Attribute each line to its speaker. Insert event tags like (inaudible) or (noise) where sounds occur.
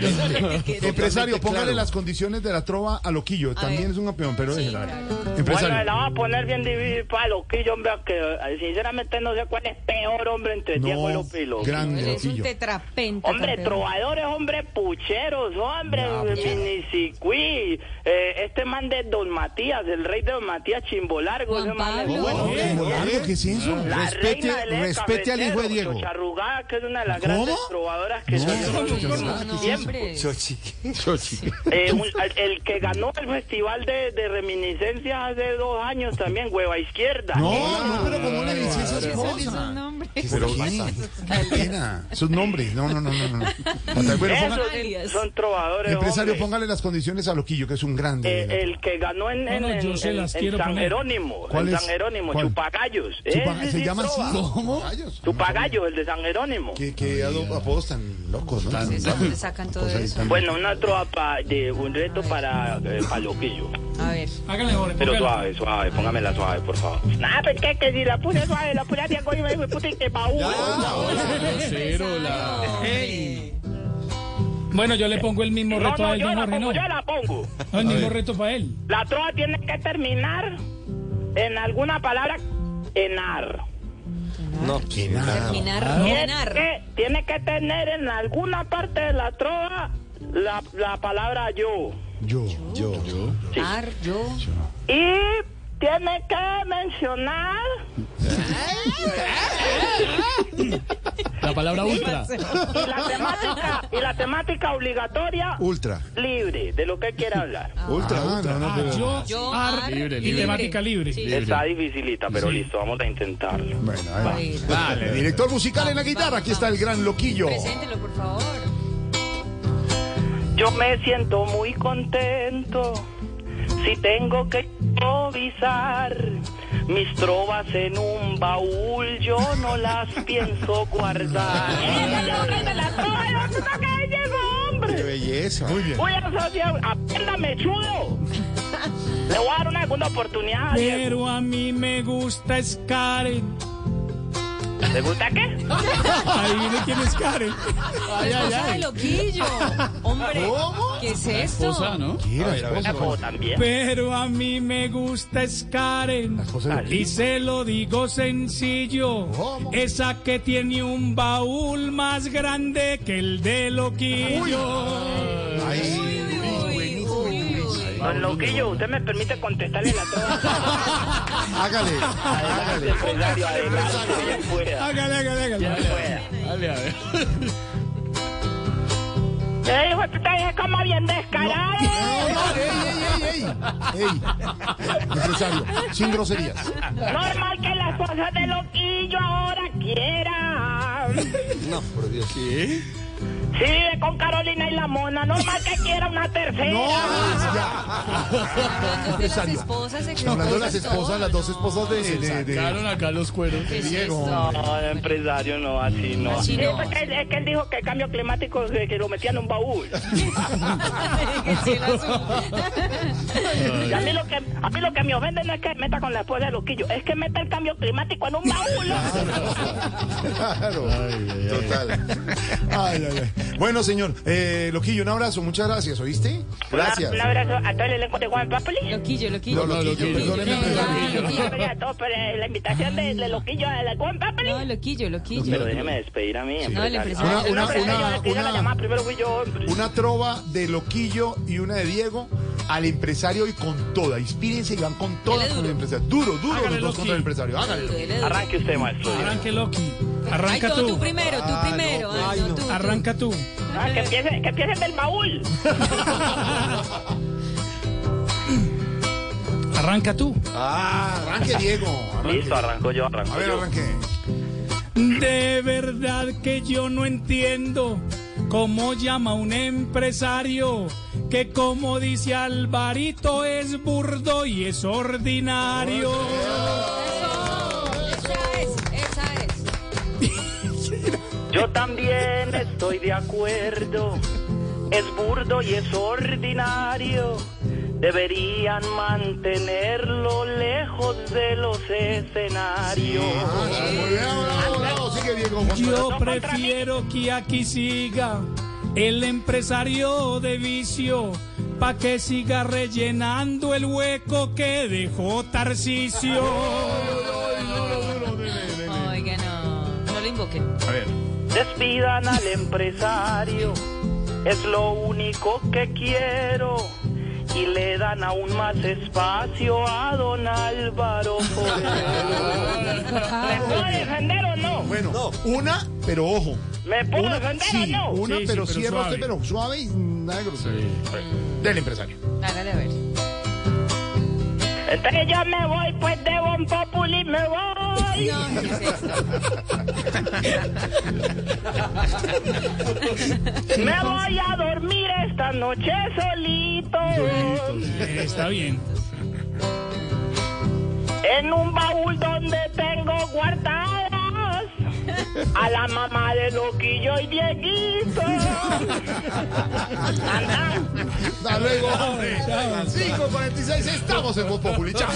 Speaker 1: Totalmente.
Speaker 2: Que-
Speaker 3: Empresario,
Speaker 1: Totalmente
Speaker 3: póngale
Speaker 1: claro.
Speaker 3: las condiciones de la trova a Loquillo. También
Speaker 2: ver.
Speaker 3: es un campeón, pero
Speaker 2: Sí,
Speaker 3: de la-
Speaker 2: claro.
Speaker 3: Empresario.
Speaker 4: Bueno, se la vamos a poner bien dividida para Loquillo, hombre, que eh, sinceramente no sé cuál es peor, hombre, entre Diego
Speaker 3: no,
Speaker 4: López y Loquillo.
Speaker 3: grande
Speaker 2: es un
Speaker 3: Loquillo.
Speaker 2: tetrapenta.
Speaker 4: Hombre,
Speaker 2: campeón.
Speaker 4: trovadores, hombre, pucheros, hombre,
Speaker 3: Ah, puchero.
Speaker 4: minisicuí. Eh, este man de Don Matías, el rey de Don Matías, Chimbolargo.
Speaker 2: Juan
Speaker 4: ese man le-
Speaker 2: Pablo.
Speaker 3: No,
Speaker 4: bueno,
Speaker 3: Timbo Largo, ¿Qué es eso?
Speaker 4: la
Speaker 5: Respete-
Speaker 4: reina del eje
Speaker 5: respete al hijo de
Speaker 4: cafetero,
Speaker 5: Diego.
Speaker 4: Chocharrugá, que es una de las
Speaker 3: ¿Cómo?
Speaker 4: grandes trovadoras que
Speaker 3: No,
Speaker 4: salió en los
Speaker 3: Chocharrugá,
Speaker 4: últimos
Speaker 2: no,
Speaker 4: tiempos.
Speaker 2: hombre.
Speaker 5: Chochi.
Speaker 4: Eh, un- al- el que ganó el festival de, de reminiscencias hace dos años también, Hueva Izquierda.
Speaker 3: No, no, pero como le dice esas
Speaker 2: Ese es un
Speaker 3: cosas.
Speaker 2: nombre.
Speaker 3: ¿Pero quién? Qué pena. Sus nombres. No, no, no,
Speaker 4: (laughs)
Speaker 3: no. no. Fatal. Bueno,
Speaker 4: Esos
Speaker 3: ponga-
Speaker 2: alias.
Speaker 4: son trovadores.
Speaker 3: empresario,
Speaker 4: hombre.
Speaker 3: póngale las condiciones a Loquillo, que es un grande.
Speaker 4: Eh,
Speaker 3: de la-
Speaker 4: el que ganó en, en,
Speaker 6: No, no,
Speaker 4: en-
Speaker 6: yo se
Speaker 4: en-
Speaker 6: las
Speaker 4: en
Speaker 6: quiero
Speaker 4: San
Speaker 6: poner.
Speaker 4: Jerónimo,
Speaker 3: ¿Cuál
Speaker 4: en
Speaker 3: es?
Speaker 4: San Jerónimo,
Speaker 3: ¿Cuál?
Speaker 4: Chupagallos.
Speaker 3: Chupa-
Speaker 4: Ese
Speaker 3: ¿Se
Speaker 4: sí
Speaker 3: llama así?
Speaker 4: trova.
Speaker 3: ¿Cómo?
Speaker 4: Chupagallos, el de San Jerónimo.
Speaker 3: Qué, qué ado- apodos tan locos, ¿no?
Speaker 2: Sí, ¿de ¿Dónde sacan todo
Speaker 3: Cosas ahí
Speaker 2: eso?
Speaker 3: tan-
Speaker 4: Bueno, una trova pa- de un reto para, eh, pa' Loquillo.
Speaker 2: A ver.
Speaker 6: Hágale, Jorge.
Speaker 4: Pero
Speaker 6: póngala.
Speaker 4: suave, suave, póngamela suave, por favor. Nah, pero que, que si la puse suave, la puse a Diego y me dijo, puta, y que baú.
Speaker 1: Grosero, la...
Speaker 6: Ey. Bueno, yo le pongo el mismo
Speaker 4: No,
Speaker 6: reto
Speaker 4: no,
Speaker 6: a él,
Speaker 4: yo
Speaker 6: don
Speaker 4: la
Speaker 6: Jorge,
Speaker 4: pongo,
Speaker 6: no.
Speaker 4: yo la pongo.
Speaker 6: No, el mismo reto para él.
Speaker 4: La trova tiene que terminar en alguna palabra enar.
Speaker 5: No, ¿quién?
Speaker 2: Minar,
Speaker 4: Tiene
Speaker 2: minar.
Speaker 4: que, tiene que tener en alguna parte de la trova la, la palabra yo.
Speaker 3: Yo, yo, yo.
Speaker 2: Ar, yo.
Speaker 4: Y tiene que mencionar
Speaker 1: la palabra ultra.
Speaker 4: (laughs) y la temática, y la temática obligatoria
Speaker 3: Ultra.
Speaker 4: libre de lo que quiera hablar.
Speaker 3: Ultra, ultra. Ah, No, pero-
Speaker 6: Yo,
Speaker 2: Yo,
Speaker 6: ar,
Speaker 2: ar,
Speaker 1: libre,
Speaker 6: y
Speaker 1: libre.
Speaker 6: temática libre.
Speaker 2: Sí.
Speaker 4: Está dificilita, pero listo, vamos a intentarlo.
Speaker 3: Bueno, ahí va.
Speaker 2: Bueno.
Speaker 3: Dale, director musical en la guitarra. Aquí está el gran Loquillo.
Speaker 2: Preséntelo, por favor.
Speaker 4: Yo me siento muy contento si tengo que improvisar. Mis trovas en un baúl yo no las pienso guardar.
Speaker 5: Qué belleza.
Speaker 3: Muy bien.
Speaker 4: Voy a asociar, apéndame chulo. Le voy a dar una segunda oportunidad. Diego.
Speaker 6: Pero a mí me gusta es Karen.
Speaker 4: ¿Te gusta qué?
Speaker 6: Adivine quién es Karen.
Speaker 2: La esposa
Speaker 3: (laughs)
Speaker 2: de Loquillo. Hombre, ¿qué es esto?
Speaker 1: Cosa, ¿no?
Speaker 3: ¿Qué era, esposa?
Speaker 4: La puedo también.
Speaker 6: Pero a mí me gusta es Karen.
Speaker 3: Las cosas de
Speaker 6: Y se lo digo sencillo.
Speaker 3: ¿Cómo?
Speaker 6: Esa que tiene un baúl más grande que el de Loquillo.
Speaker 3: Ahí sí.
Speaker 2: Uy, uy, uy.
Speaker 4: Don Loquillo, ¿usted me permite contestarle la trova?
Speaker 3: (laughs) Hágale.
Speaker 4: Adelante, empresario, adelante, bien fuera.
Speaker 6: Hágale, hágale, hágale.
Speaker 1: Dale, a ver.
Speaker 4: Te digo, tú te dije como bien descarado.
Speaker 3: ¡Ey, ey, ey, ey! ¡Ey! Empresario, sin groserías.
Speaker 4: Normal que las cosas de loquillo ahora quiera.
Speaker 5: No, por Dios.
Speaker 4: Si vive con Carolina y la mona, normal que quiera una tercera.
Speaker 3: ¡No! Ya.
Speaker 2: Hablando de las esposas, ex
Speaker 3: Hablando de las esposas, las dos
Speaker 2: no.
Speaker 3: esposas de, de- de-
Speaker 1: Sacaron acá los cueros.
Speaker 2: ¿Qué es
Speaker 3: Diego.
Speaker 2: esto?
Speaker 4: No, empresario, no, así no.
Speaker 2: Así
Speaker 4: Sí,
Speaker 2: no,
Speaker 4: porque
Speaker 2: así
Speaker 4: él- es que él dijo que el cambio climático que, que lo metía en un baúl.
Speaker 2: (laughs) Que sí,
Speaker 3: (laughs)
Speaker 2: el azul.
Speaker 4: Y a mí lo que a mí lo que me ofende no es que meta con la esposa de loquillo, es que meta el cambio climático en un baúl.
Speaker 3: Claro. Total. Ay, ay, ay. Bueno, señor, eh, Loquillo, un abrazo. Muchas gracias, ¿oíste? Gracias.
Speaker 4: Un abrazo a todo el elenco de Juan Papoli.
Speaker 2: Loquillo,
Speaker 3: No,
Speaker 2: loquillo.
Speaker 3: no, Loquillo, perdóneme,
Speaker 2: No,
Speaker 3: Loquillo.
Speaker 2: loquillo.
Speaker 4: A todos por eh, la invitación de, de loquillo a la Juan Papoli.
Speaker 2: No, loquillo,
Speaker 4: Pero
Speaker 2: loquillo.
Speaker 4: déjeme despedir a mí.
Speaker 2: No, el empresario.
Speaker 4: Ah,
Speaker 3: Una-
Speaker 4: no, pero
Speaker 3: una-
Speaker 4: yo decidí
Speaker 3: una-
Speaker 4: la llamada, primero fui yo, hombre.
Speaker 3: Una trova de Loquillo y una de Diego al empresario y con toda. Inspírense y van con toda
Speaker 2: Dele
Speaker 3: con el
Speaker 2: duro.
Speaker 3: empresario. Duro, duro
Speaker 6: Hágale,
Speaker 3: los dos contra
Speaker 6: Loquillo.
Speaker 3: el empresario. Hágalo.
Speaker 4: Arranque usted, maestro.
Speaker 3: Ah,
Speaker 6: Arranque Loki.
Speaker 2: Ay,
Speaker 6: Arranca
Speaker 2: no,
Speaker 6: tú.
Speaker 2: tú primero, tú primero. Ay, Ah, no, pues. tú, tú.
Speaker 6: Arranca tú.
Speaker 4: Ah, que empiece, que empiece del baúl.
Speaker 6: Arranca tú.
Speaker 3: Ah, Arranque, Diego. Arranque.
Speaker 4: Listo, arranco yo, arranco
Speaker 3: A ver,
Speaker 4: yo.
Speaker 3: arranque.
Speaker 6: De verdad que yo no entiendo cómo llama un empresario que como dice Alvarito es burdo y es ordinario.
Speaker 2: Esa es, esa es.
Speaker 4: Yo también estoy de acuerdo. Es burdo y es ordinario. Deberían mantenerlo lejos de los escenarios.
Speaker 3: Muy bien, bravo, bravo. Sigue, Diego.
Speaker 6: Yo
Speaker 4: no, contra mí.
Speaker 6: prefiero que aquí siga el empresario de vicio, pa' que siga rellenando el hueco que dejó Tarcisio.
Speaker 2: Oiga, no. No lo invoquen.
Speaker 3: A ver.
Speaker 4: Despidan al empresario, es lo único que quiero. Y le dan aún más espacio a don Álvaro Forero. ¿Me puedo defender o no?
Speaker 3: Bueno, una, pero ojo.
Speaker 4: ¿Me puedo
Speaker 3: Una,
Speaker 4: defender
Speaker 3: sí,
Speaker 4: o no?
Speaker 3: una,
Speaker 6: Sí, sí,
Speaker 3: pero
Speaker 6: pero
Speaker 3: cierra
Speaker 6: suave.
Speaker 3: usted, pero suave y nada grosero. Del empresario.
Speaker 2: Hágale a ver.
Speaker 4: Entonces yo me voy, pues de Bon Populi me voy.
Speaker 2: No, ¿qué es esto?
Speaker 4: Me voy a dormir esta noche solito.
Speaker 6: Está bien.
Speaker 4: En un baúl donde tengo
Speaker 3: (laughs)
Speaker 4: guardadas a la mamá de Loquillo y Dieguito. Anda.
Speaker 3: Hasta luego. 5.46, estamos en Voz Populi. Chao.